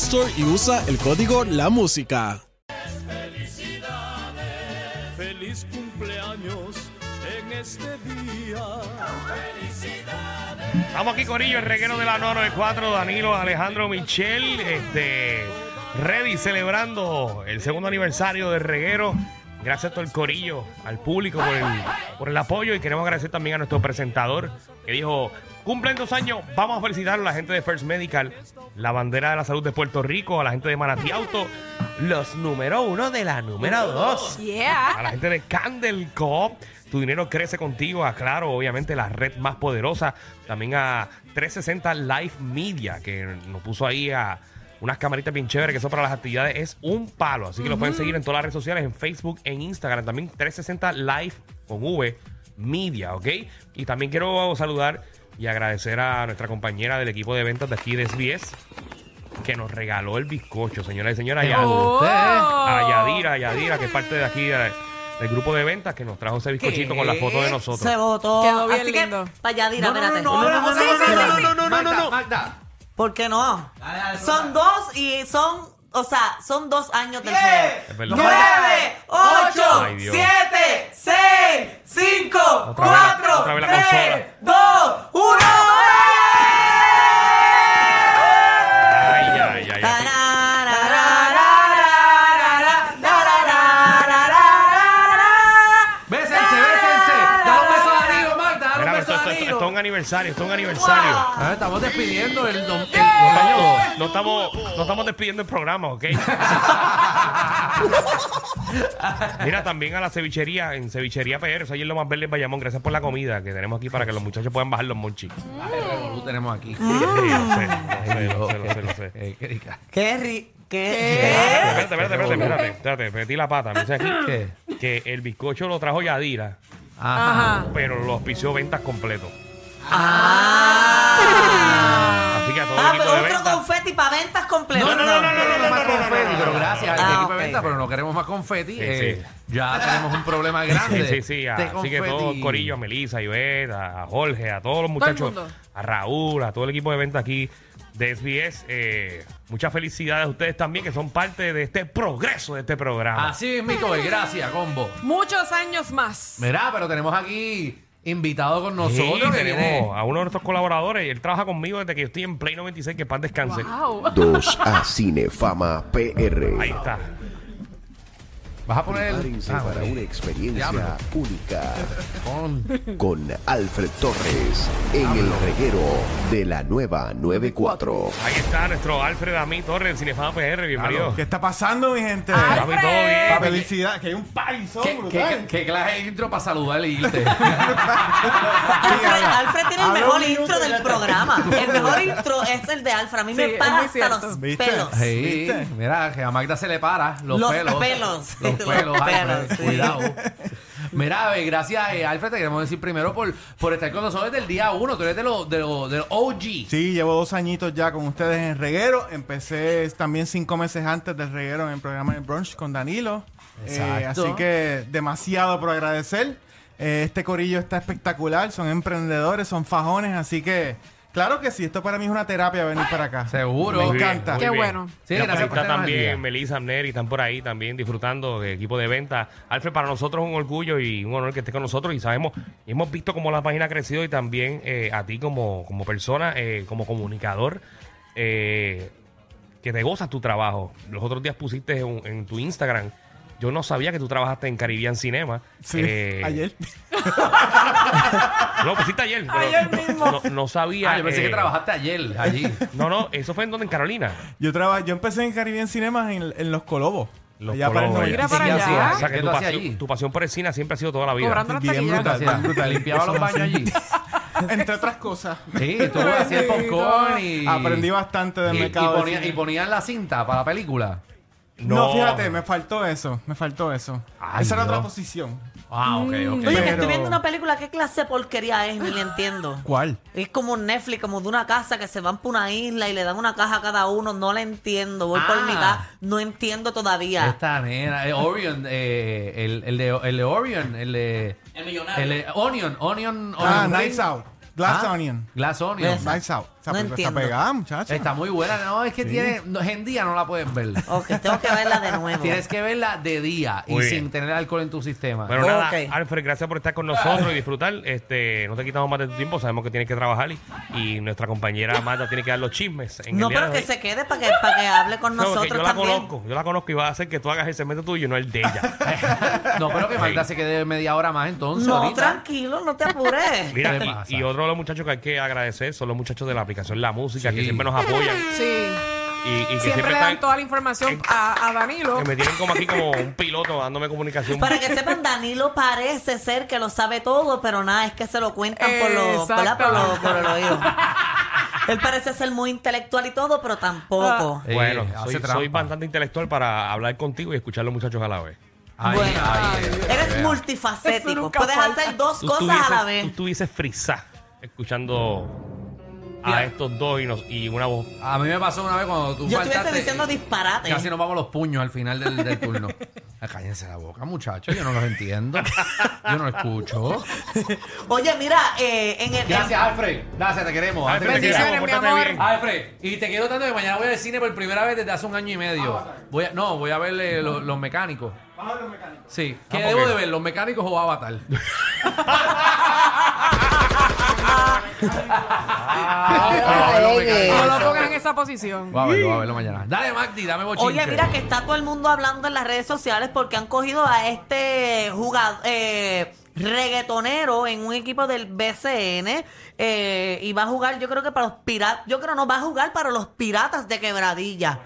Store y usa el código La Música. Feliz cumpleaños en este día. Estamos aquí, Corillo, el reguero de la 994, Danilo Alejandro Michel, este, ready, celebrando el segundo aniversario del reguero. Gracias a todo el Corillo, al público por el, por el apoyo y queremos agradecer también a nuestro presentador que dijo, cumplen dos años, vamos a felicitar a la gente de First Medical, la bandera de la salud de Puerto Rico, a la gente de Manatí Auto, los número uno de la número dos. A Yeah. la gente de Candle Coop, tu dinero crece contigo. A Claro, obviamente, la red más poderosa. También a 360 Live Media, que nos puso ahí a unas camaritas bien chéveres, que eso para las actividades es un palo. Así que lo pueden seguir en todas las redes sociales, en Facebook, en Instagram. También 360 Live con V Media, ¿ok? Y también quiero saludar y agradecer a nuestra compañera del equipo de ventas de aquí de SBS, que nos regaló el bizcocho, señoras y señores. allá Oh, a Oh. Yadira, a Yadira, que es parte de aquí de- del grupo de ventas que nos trajo ese bizcochito con la foto de nosotros. Se votó. Quedó bien Así lindo. que, para Yadira, No, espérate. no, no, no, no, Sí, no, sí, sí, no, no, sí. no, no, no, no, no. ¿Por qué no? Son dos y son, o sea, son dos años del juego. Es verdad. Nueve, ocho, Ay, Dios. siete, seis, cinco, Otra vez la- cuatro, otra vez la tres, consola. dos, uno. Ay, ay, ay, ay. Bésense, bésense. Dale un beso a Danilo, Magda. Dale Mira, un esto, beso a esto- esto es Danilo. un aniversario, esto es un aniversario. Ah, Estamos despidiendo el dom- el Coño, año no estamos, no estamos despidiendo el programa, ¿ok? Mira, también a la cevichería, en Cevichería PR, eso ahí en Lo Más Verde en Bayamón. Gracias por la comida que tenemos aquí para que los muchachos puedan bajar los monchis. Sí, tenemos aquí. Mm. lo sé, lo sé, lo sé, lo sé, lo sé. Eh, qué rica. Qué ri... Espérate, ¿Qué? espérate, espérate, espérate, espérate, espérate, metí la pata. Me dice aquí ¿Qué? que el bizcocho lo trajo Yadira, Ajá. Ajá. pero lo auspició ventas completo. Ah, Así que a todo el Ah, equipo pero de otro ventas. confeti para ventas completo. No, no, no, no, no, no, Queremos más confeti, pero gracias al Ah, equipo de ok. venta, pero no queremos más confeti. Sí, eh, Ya tenemos un problema Sí, grande. sí, sí. de Así que confeti. todo Corillo, a Melissa, a Ivette, a a Jorge, a todos los Todo el muchachos, mundo. a Raúl, a todo el equipo de ventas aquí de SBS. eh, muchas felicidades a ustedes también, que son parte de este progreso de este programa. Así es, Mico, gracias, combo. Muchos años más. Mirá, pero tenemos aquí invitado con Sí, nosotros. que viene- tenemos a uno de nuestros colaboradores, y él trabaja conmigo desde que yo estoy en Play 96, que paz descanse. Wow. 2 a Cinefama PR. Ahí está. Vas a poner el. Prepárense Ah, para ok. una experiencia Diablo. única Con- con Alfred Torres en el reguero de la nueva 94. Ahí está nuestro Alfred Amí Torres, Cinefama PR, bienvenido. ¿Qué está pasando, mi gente? Ah, Papi, todo bien. Pa- felicidad, que hay un palizón ¿Qué, qué, brutal. qué clase de intro para saludar y irte? Alfred, Alfred tiene el Habló mejor un minuto intro y ya del está. programa. El mejor intro es el de Alfred. A mí me Sí, es para muy hasta cierto. los ¿Viste? pelos. Sí, ¿Viste? mira, que a Magda se le para los, Los pelos. pelos. Los Los pelos, Alfred, pelos, sí. cuidado. Mira, eh, gracias, eh, Alfred, te queremos decir primero por, por estar con nosotros desde el día uno. Tú eres de los de lo, de los OG. Sí, llevo dos añitos ya con ustedes en Reguero. Empecé también cinco meses antes del Reguero en el programa de Brunch con Danilo. Exacto. Eh, así que demasiado por agradecer. Eh, este corillo está espectacular. Son emprendedores, son fajones. Así que Claro que sí, esto para mí es una terapia venir para acá. Seguro. Me encanta. Qué bueno. Sí, Sí, gracias por tenernos al día. también, Melissa, Amneri, están por ahí también disfrutando de equipo de venta. Alfred, para nosotros es un orgullo y un honor que estés con nosotros y sabemos, y hemos visto cómo la página ha crecido y también eh, a ti como, como persona, eh, como comunicador, eh, que te gozas tu trabajo. Los otros días pusiste en, en tu Instagram, yo no sabía que tú trabajaste en Caribbean Cinema. Sí, Eh, ayer. No, pusiste ayer. pero Ayer mismo. No, no sabía. Ah, yo pensé eh, que trabajaste ayer allí. No, no, eso fue en donde, en Carolina. Yo traba, yo empecé en Caribbean Cinemas en, en Los Colobos. Los allá Colobos, para el Mira para allá. ¿Qué 95. tú hacías? O sea, que ¿Qué tu tú hacías pasión, allí? tu pasión por el cine siempre ha sido toda la vida. Cobrando las Bien taquillas. brutal. Hacías- brutal. Limpiaba los baños allí. Entre otras cosas. Sí, tú hacías popcorn y. Aprendí bastante del y- y mercado. de ponía- cine. y ponían la cinta para la película. no. fíjate, me faltó eso. Me faltó eso. Ay, Esa era no. otra posición. Ah, ok, ok. Oye, que Pero- estoy viendo una película, ¿qué clase de porquería es? Ni le entiendo. ¿Cuál? Es como un Netflix, como de una casa que se van por una isla y le dan una caja a cada uno. No la entiendo. Voy por Ah. mitad. No entiendo todavía. Esta nena, eh, Orion, eh, el, el, de, el de Orion, el de. El millonario. El de Onion, Onion, Onion. Ah, Ring. Nights Out. Glass Onion. Glass Onion. Esa. Nights Out. Esa No película está entiendo. pegada, muchacha. Está muy buena. No, es que tiene. no, en día no la puedes ver. Ok, tengo que verla de nuevo. Este- Tienes que verla de día y Muy bien. sin tener alcohol en tu sistema. Bueno, Ok. nada, Alfred, gracias por estar con nosotros y disfrutar. Este, no te quitamos más de tu tiempo, sabemos que tienes que trabajar y, y nuestra compañera Amanda tiene que dar los chismes. En No, el día de pero que hoy. se quede para que, para que hable con No, porque nosotros yo la también. conozco, yo la conozco y va a hacer que tú hagas el segmento tuyo y no el de ella. no, pero que Magda se quede media hora más entonces. No, ahorita. tranquilo, no te apures. Mira, ¿Qué y- pasa? y, otro de los muchachos que hay que agradecer son los muchachos de la aplicación La Música, que Sí. siempre nos apoyan Sí. y, y que siempre, Siempre le están- dan toda la información a, a Danilo. que me tienen como aquí como un piloto dándome comunicación. Para que sepan, Danilo parece ser que lo sabe todo, pero nada, es que se lo cuentan por, los ¿verdad? por, lo- por el oído. Él parece ser muy intelectual y todo, pero Ah. tampoco. Eh, Bueno, hace soy, trampa. soy bastante intelectual para hablar contigo y escuchar a los muchachos a la vez. Ay, bueno, ay, ay, ay, eres ay. Eso multifacético. nunca Puedes falta. hacer dos tú cosas a estuvieses- la Tú vez. estuvieses frisá escuchando a Mira. estos dos y, nos- y una voz. A mí me pasó una vez cuando tú Yo estuviese faltaste. eh, diciendo disparate. Casi nos vamos los puños al final del, del turno. Ah, Cállense la boca, muchachos. Yo no los entiendo. Yo no los escucho. Oye, mira, eh, en el. Gracias, Alfred. Gracias, te queremos. Alfred, te Alfred, te queremos, bendiciones, mi pórtate amor. bien. Alfred, y te quiero tanto que mañana voy al cine por primera vez desde hace un año y medio. Voy a- no, voy a ver eh, lo- los mecánicos. Ah, ¿Vas a ver los mecánicos? Sí. ¿Qué Ah, debo ok. de ver? ¿Los mecánicos o Avatar? Ah, los mecánicos. No lo pongan en esa posición. Voy a verlo, voy a verlo mañana. Dale, Magdi, dame bochinche. Oye, mira que está todo el mundo hablando en las redes sociales porque han cogido a este jugador reggaetonero en un equipo del BCN eh, y va a jugar, yo creo que para los piratas, yo creo no, va a jugar para los piratas de Quebradilla.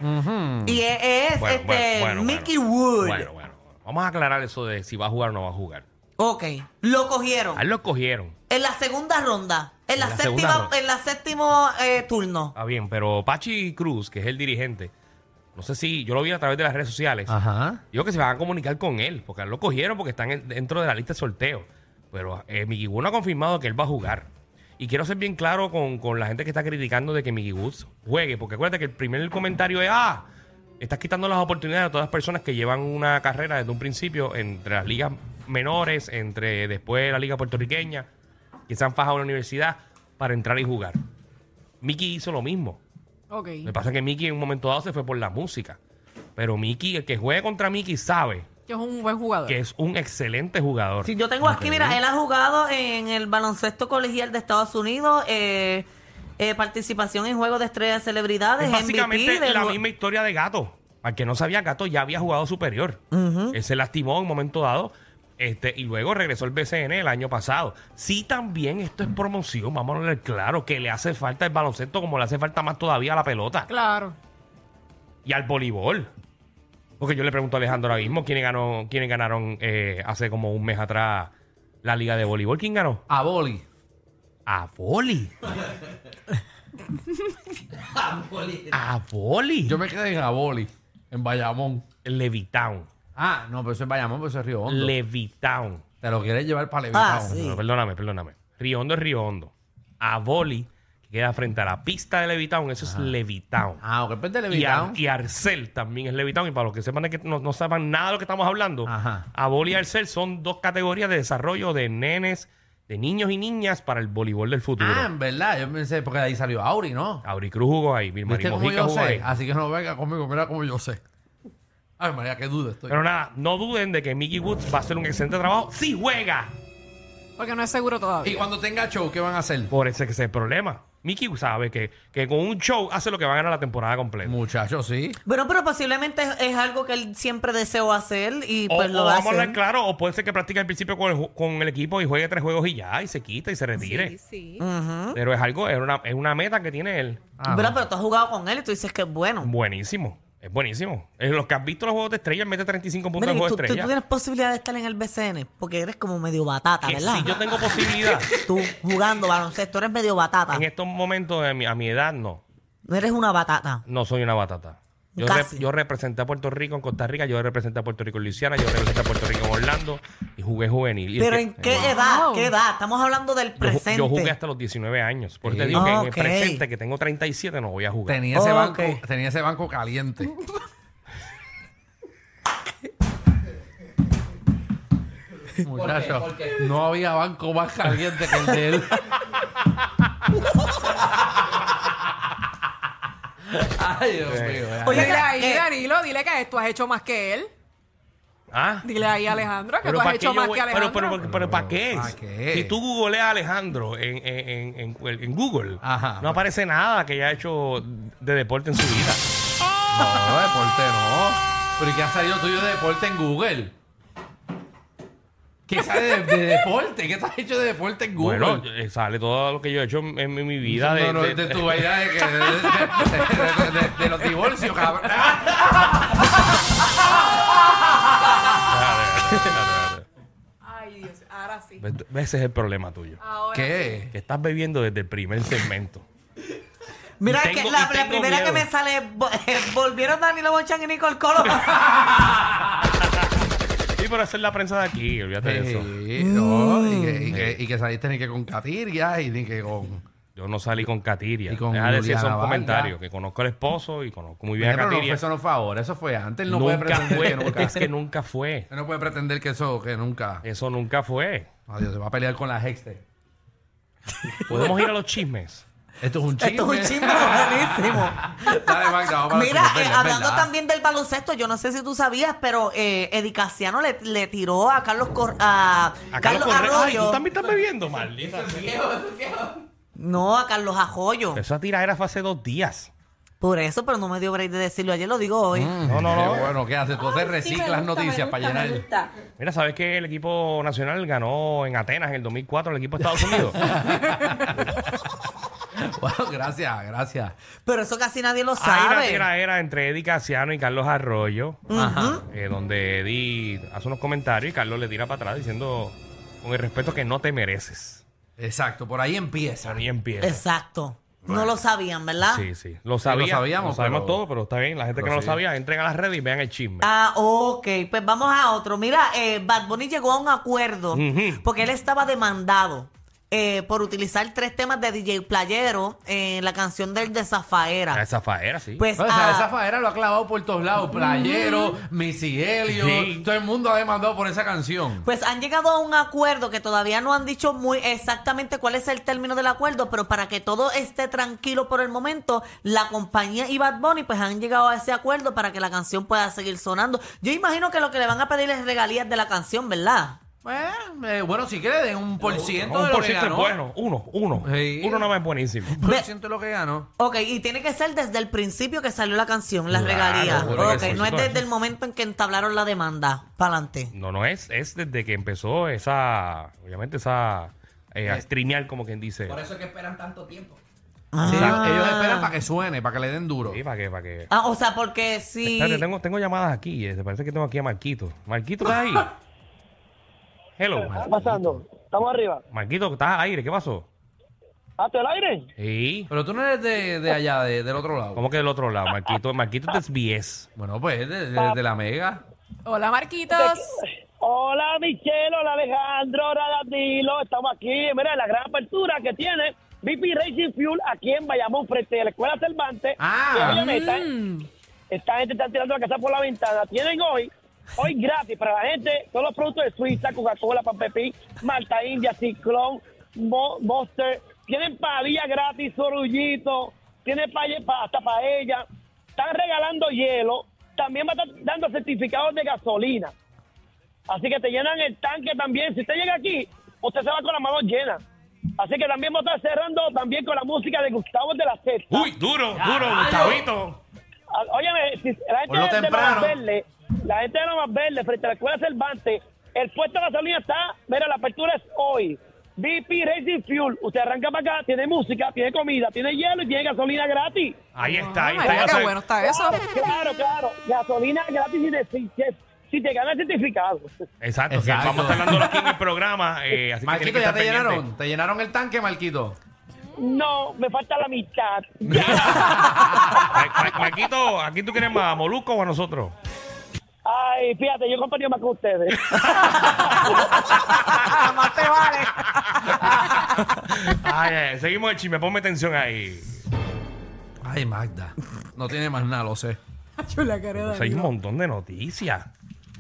Y es, es, Bueno, bueno, este bueno, bueno. Mickey Wood. Bueno, bueno. Vamos a aclarar eso de si va a jugar o no va a jugar. Ok, lo cogieron. A él lo cogieron. En la segunda ronda, en la, En la segunda séptima, ronda. en la séptimo eh, turno. Está bien, pero Pachi Cruz, que es el dirigente, no sé si yo lo vi a través de las redes sociales. Ajá. Digo que se van a comunicar con él, porque a él lo cogieron porque están en- dentro de la lista de sorteo. Pero eh, Mickey Wood no ha confirmado que él va a jugar. Y quiero ser bien claro con, con la gente que está criticando de que Mickey Woods juegue, porque acuérdate que el primer comentario es, ah, estás quitando las oportunidades a todas las personas que llevan una carrera desde un principio entre las ligas menores, entre después la liga puertorriqueña, que se han fajado en la universidad para entrar y jugar. Mickey hizo lo mismo. Ok. Lo que pasa es que Mickey en un momento dado se fue por la música. Pero Mickey, el que juegue contra Mickey sabe Que es un buen jugador. que es un excelente jugador. Si yo tengo aquí, mira, él ha jugado en el baloncesto colegial de Estados Unidos, eh, eh, participación en juegos de estrellas de celebridades, es básicamente MVP de la lo- misma historia de Gato. Al que no sabía, Gato ya había jugado superior. Él se lastimó en un momento dado. Este, y luego regresó al BCN el año pasado. Sí, también esto es promoción, vamos a hablar claro, que le hace falta el baloncesto como le hace falta más todavía a la pelota Claro. y al voleibol. Porque yo le pregunto a Alejandro ahora mismo quiénes, ganó, quiénes ganaron eh, hace como un mes atrás la liga de voleibol. ¿Quién ganó? A Boli. A Boli. a Boli. Yo me quedé en A Boli, en Bayamón. Levitown. Ah, no, pero eso es Bayamón, pero eso es Río Hondo. Levitown. Te lo quieres llevar para Levitao. Ah, sí. No, perdóname, perdóname. Riondo es Riondo. A Boli, que queda frente a la pista de Levitown, eso es Levitown. Ah, ok, pues de Y, Ar- Levitao. y Arcel también es Levitown. Y para los que sepan de que no, no sepan nada de lo que estamos hablando, Ajá. Abol y Arcel son dos categorías de desarrollo de nenes de niños y niñas para el voleibol del futuro. Ah, en verdad. Yo pensé, porque de ahí salió Auri, ¿no? Auricruz jugó ahí, ¿Viste Vilmarín cómo Mojica yo Ah, jugó sé? Ah, ahí. Así que no venga conmigo, mira cómo yo sé. Ay, María, qué duda estoy. Pero nada, no duden de que Mickey Woods va a hacer un excelente trabajo si juega. Porque no es seguro y todavía. cuando tenga show, ¿qué van a hacer? Por ese que es el problema. Mickey sabe que, que con un show hace lo que va a ganar la temporada completa. Muchachos, sí. Bueno, pero posiblemente es, es algo que él siempre deseó hacer y O, pues o lo vamos a hace. hablar claro, o puede ser que practique al principio con el, ju- con el equipo y juegue tres juegos y ya, y se quita y se retire. Sí, sí. Pero es algo, es una, es una meta que tiene él. Ah, Bueno, no. pero tú has jugado con él y tú dices que es bueno. Buenísimo, es buenísimo. En los que has visto los juegos de estrella, él mete 35 puntos Mira, en y el tú, juego de tú- tú estrella. tienes posibilidad de estar en el BCN porque eres como medio batata, Que ¿verdad? si yo tengo posibilidad, Tú jugando baloncesto eres medio batata. en estos momentos de mi- a mi edad, no. No eres una batata. No soy una batata. Yo, Casi. rep- yo representé a Puerto Rico en Costa Rica, yo representé a Puerto Rico en Luisiana, yo representé a Puerto Rico en Orlando y jugué juvenil. Y Pero el ¿en que- qué Wow. edad? ¿Qué edad? Estamos hablando del yo, ju- presente. yo jugué hasta los 19 años. Por eso te Sí. digo que en Ok. el presente, que tengo 37, no voy a jugar. Tenía ese, Ok. banco, tenía ese banco caliente. Muchachos, no había banco más caliente que el de él. Ay, Dios mío. ya. Oye, Dile ahí, eh, ¿qué? Danilo, dile que tú has hecho más que él. ¿Ah? Dile ahí, Alejandro, que tú ¿pa' has qué hecho yo más voy- que Alejandro. Pero, pero, pero, pero ¿para qué? ¿Pa' qué? Si tú googleas a Alejandro en, en, en, en- en Google, Ajá. no aparece nada que haya hecho de deporte en su vida. No, deporte no. Pero ¿y qué ha salido tuyo de deporte en Google? ¿Qué sale de, de deporte? ¿Qué te has hecho de deporte en Google? Bueno, eh, sale todo lo que yo he hecho en, en mi- mi vida. de, no, no, de- de tu vaina de, que- de, de- de- de- de- de los divorcios, cabrón. Espérate, espérate, Ay, Dios, ahora sí. espérate. Ves- Ese es el problema tuyo. Ahora ¿Qué? Que estás bebiendo desde el primer segmento. Mira, Y tengo- que la, y la tengo primera miedo. que me sale es vo- volvieron Danilo Bonchan y Nicole Colón. Sí, pero esa es la prensa de aquí, olvídate de eso. Sí, no, y, que, y, que, y que saliste ni que con Catiria y ni que con... Yo no salí con Catiria. Y con Deja de decir Juliana esos Vargas. comentarios, que conozco al esposo y conozco muy bien a Pero no, Catiria. eso no fue ahora, eso fue antes. Él no puede nunca pretender que fue, nunca. es que nunca fue. Él no puede pretender que eso, que nunca... Eso nunca fue. Adiós, se va a pelear con las exes. Podemos ir a los chismes. Esto es un chisme. Esto es un chisme buenísimo. Dale, Magda, vamos a los Mira, eh, chismes, verdad, hablando verdad. también del baloncesto, yo no sé si tú sabías, pero eh, Eddie Casiano le, le tiró a Carlos, Cor- a, A Carlos Correa- Ay, Arroyo. tú también estás bebiendo, maldita. sea. No, a Carlos Arroyo. Esa tiradera fue hace dos días. Por eso, pero no me dio break de decirlo. Ayer lo digo hoy. No, no, Qué no. Bueno, ¿qué haces? Entonces Ay, sí, me reciclas gusta, me noticias para gusta, llenar... me el- gusta. Mira, ¿sabes que el equipo nacional ganó en Atenas en el 2004 el equipo de Estados Unidos? Bueno, gracias, gracias. Pero eso casi nadie lo Hay una sabe. tiradera entre Eddie Casiano y Carlos Arroyo, Ajá. eh, donde Eddie hace unos comentarios y Carlos le tira para atrás diciendo con el respeto que no te mereces. Exacto, por ahí empieza. Ahí empieza. Exacto. No lo sabían, ¿verdad? Sí, sí. Lo, sabía, lo sabíamos, Lo sabemos pero- todo, pero está bien. La gente que pero no lo sí. sabía, entren a las redes y vean el chisme. Ah, ok. Pues vamos a otro. Mira, eh, Bad Bunny llegó a un acuerdo Ujú. porque él estaba demandado eh, por utilizar tres temas de DJ Playero en la canción del Desafaera. Esa faera, sí. Ah. Pues, O sea, ah, esa faera lo ha clavado por todos lados. Playero, Missy Elliot, Sí. todo el mundo ha demandado por esa canción. pues han llegado a un acuerdo que todavía no han dicho muy exactamente cuál es el término del acuerdo, pero para que todo esté tranquilo por el momento, la compañía y Bad Bunny pues han llegado a ese acuerdo para que la canción pueda seguir sonando. Yo imagino que lo que le van a pedir es regalías de la canción, ¿verdad? Bueno, eh, bueno, si quieres, de un por ciento un de lo por que ciento es ganó. bueno. Uno, uno. Sí. Uno no más es buenísimo. Un por ciento de lo que ganó. Ok, y tiene que ser desde el principio que salió la canción, las Claro, regalías. seguro que Ok, sí, no es claro. desde el momento en que entablaron la demanda. Pa'lante. No, no es. Es desde que empezó esa. Obviamente, esa. eh, a streamear, como quien dice. Por eso es que esperan tanto tiempo. Sí, Ah. Ellos esperan para que suene, para que le den duro. Sí, para que. Para que... Ah, o sea, porque si... Espérate, tengo, tengo llamadas aquí. eh, Te parece que tengo aquí a Marquito. Marquito, ¿estás ahí? Hello. pasando? Estamos arriba. Marquito, ¿estás al aire? ¿Qué pasó? ¿Hasta el aire? Sí. Pero tú no eres de, de allá, de- del otro lado. ¿Cómo que del otro lado? Marquito, Marquito te desvíes. Bueno, pues de, de- de la mega. Hola, Marquitos. Hola, Michelle, hola, Alejandro, hola, Danilo. Estamos aquí, mira, la gran apertura que tiene BP Racing Fuel aquí en Bayamón, frente a la Escuela Cervantes. Ah. Que, óyeme, esta, esta gente está tirando la casa por la ventana. Tienen hoy Hoy gratis para la gente, todos los productos de Suiza, Coca-Cola, Pan Pepín, Malta India, Ciclón, Mo- Monster. Tienen paella gratis, sorullito, tienen paella hasta paella. Están regalando hielo, también van a estar dando certificados de gasolina. Así que te llenan el tanque también. Si usted llega aquí, usted se va con las manos llenas. Así que también vamos a estar cerrando también con la música de Gustavo de la Sexta. Uy, duro, duro, Ay, Gustavito. Ah, Óyeme, si la gente Ponlo de temprano. Lomas Verde, la gente de Lomas Verde, frente a la escuela Cervantes, el puesto de gasolina está, mira, la apertura es hoy. BP Racing Fuel, usted arranca para acá, tiene música, tiene comida, tiene hielo y tiene gasolina gratis. Ahí está, ahí está. Ay, mira ya qué sabes. bueno está eso. Claro, claro, claro. Gasolina gratis si te, si, te- si te gana el certificado. Exacto, que Exacto. vamos a estar hablando aquí en el programa. eh, así que tienen Marquito, que ya estar te llenaron. pendientes. Te llenaron el tanque, Marquito. No, me falta la mitad. Ma- Ma- Marquito, ¿aquí tú quieres más? ¿A ¿Molusco o a nosotros? Ay, fíjate, yo he compartido más que ustedes. Más te vale. Ay, ay, seguimos el chisme, ponme tensión ahí. Ay, Magda. No tiene más nada, lo sé. Chula cara O de sea, hay un Dios. montón de noticias.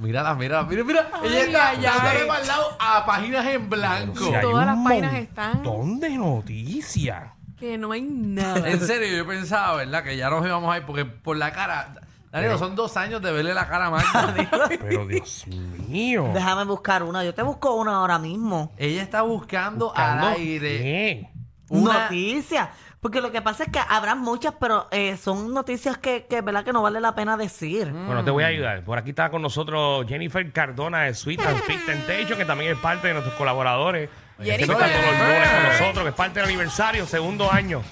Mírala, mírala, mira, mira. Ella Ay, está ay, dándole ay. para el lado a páginas en O blanco. sea, hay Todas un las páginas están- montón de noticias. Que no hay nada. En serio, yo pensaba, ¿verdad? Que ya nos íbamos a ir porque por la cara. Danilo, son dos años de verle la cara a Magda. Pero Dios mío. Déjame buscar una. Yo te busco una ahora mismo. Ella está buscando, ¿Buscando al aire qué? una Noticias. Porque lo que pasa es que habrá muchas, pero eh, son noticias que, que, ¿verdad? que no vale la pena decir. Bueno, te voy a ayudar. Por aquí está con nosotros Jennifer Cardona de Sweet and Fit Temptation, que también es parte de nuestros colaboradores. Que siempre está todos los lunes con nosotros, que es parte del aniversario, segundo año.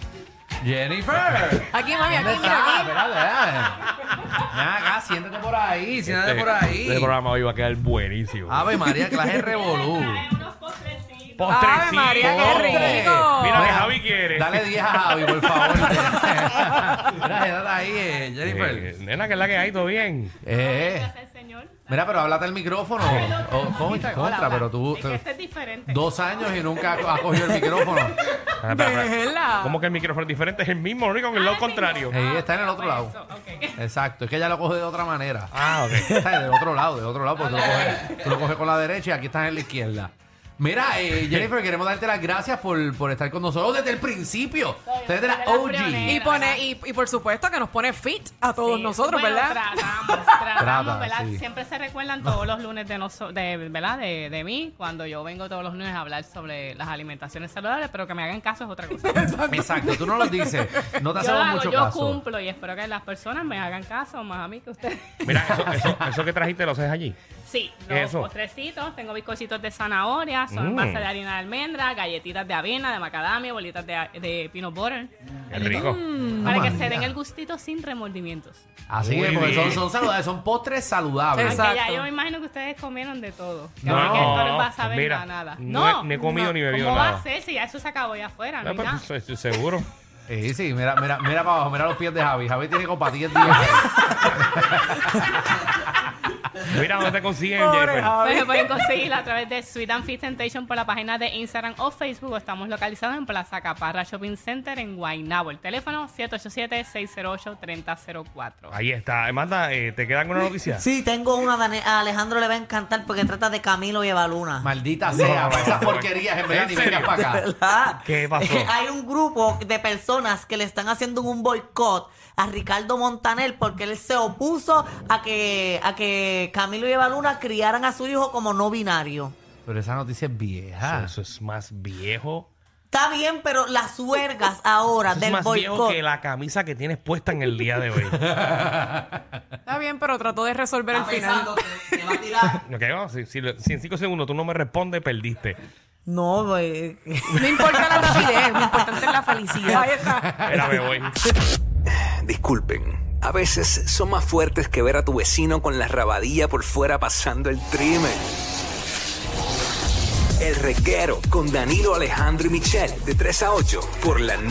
Jennifer. Aquí, mami, ¿Dónde aquí, está? mira, aquí. Espérate, espérate. Ven acá, siéntate por ahí, siéntate por ahí. Ah. Este programa hoy va a quedar buenísimo. Ave María, clase de revolú. Postrecito. Ave María, qué Postre. rico. Mira que Mira, Javi quiere. Dale 10 a Javi, por favor. Mira, quédate ahí, eh, Jennifer. Eh, nena, que es la que hay, todo bien. Eh, señor. mira, pero háblate al micrófono. Oh, contra, contra, pero tú... Es que este es diferente. Dos años y nunca ha ha cogido el micrófono. Espera, espera, espera. Déjela. Ah, ¿Cómo que el micrófono es diferente? Es el mismo, lo único que el Ah, lado contrario. Ahí está en el otro lado. Eso, ok. Exacto, es que ella lo coge de otra manera. Ah, ok. Está del otro lado, del otro lado, porque tú lo coges, tú lo coges con la derecha y aquí estás en la izquierda. Mira, eh, Jennifer, queremos darte las gracias por, por estar con nosotros desde el principio. Desde la de las OG. pioneras. Y, pone, y, y por supuesto que nos pone fit a todos Sí, nosotros, bueno, ¿verdad? Tratamos, Trata, tratamos, ¿verdad? sí. Siempre se recuerdan todos los lunes de nosotros, de, ¿verdad? De, de mí, cuando yo vengo todos los lunes a hablar sobre las alimentaciones saludables, pero que me hagan caso es otra cosa. Exacto, tú no lo dices. No yo te hacemos hago, mucho yo caso. cumplo y espero que las personas me hagan caso, más a mí que ustedes. Mira, eso, eso, eso que trajiste lo haces allí. Sí, ¿Qué los es eso? postrecitos, tengo bizcochitos de zanahoria, son en Mm. base de harina de almendra, galletitas de avena, de macadamia, bolitas de, de peanut butter. Qué rico. para Mamma que se den mía. el gustito sin remordimientos. Así Muy que porque son, bien. son saludables, son postres saludables. Exacto. Aunque ya yo me imagino que ustedes comieron de todo. Que No, ahora que esto les va a saber mira, a nada. no he- ni he comido ni bebido ¿Cómo nada. va a ser si ya eso se acabó allá afuera? No, No, hay pero nada. estoy- estoy seguro. Sí, Eh, sí, mira, mira, mira para abajo, mira los pies de Javi. Javi tiene como para 10 días. Mira dónde te consiguen, Pobre Jennifer. Javi. Pero pueden conseguirla pues, a través de Sweet and Fit Temptation por la página de Instagram o Facebook. Estamos localizados en Plaza Caparra Shopping Center en Guaynabo. El teléfono 787-608-3004. Ahí está. Amanda, eh, ¿te quedan alguna noticia? Sí, tengo una. Dani- A Alejandro le va a encantar porque trata de Camilo y Evaluna. Maldita sea, No. esas porquerías, en verdad, ¿En ni vengas serio? para acá. ¿Verdad? Eh, ¿Qué pasó? Hay un grupo de personas que le están haciendo un boicot a Ricardo Montaner porque él se opuso a que, a que Camilo y Evaluna criaran a su hijo como no binario. Pero esa noticia es vieja. Eso es más viejo. Está bien, pero las huergas ahora Eso es del más viejo boicot. que la camisa que tienes puesta en el día de hoy. Está bien, pero trató de resolver el final. Ok, vamos, si, si lo- si en cinco segundos tú no me respondes, perdiste. No, güey. No importa la rapidez, lo importante es la felicidad. Ahí está. Era me voy. Disculpen, a veces son más fuertes que ver a tu vecino con la rabadilla por fuera pasando el trimen. El reguero con Danilo Alejandro y Michel de 3 a 8 por la nue-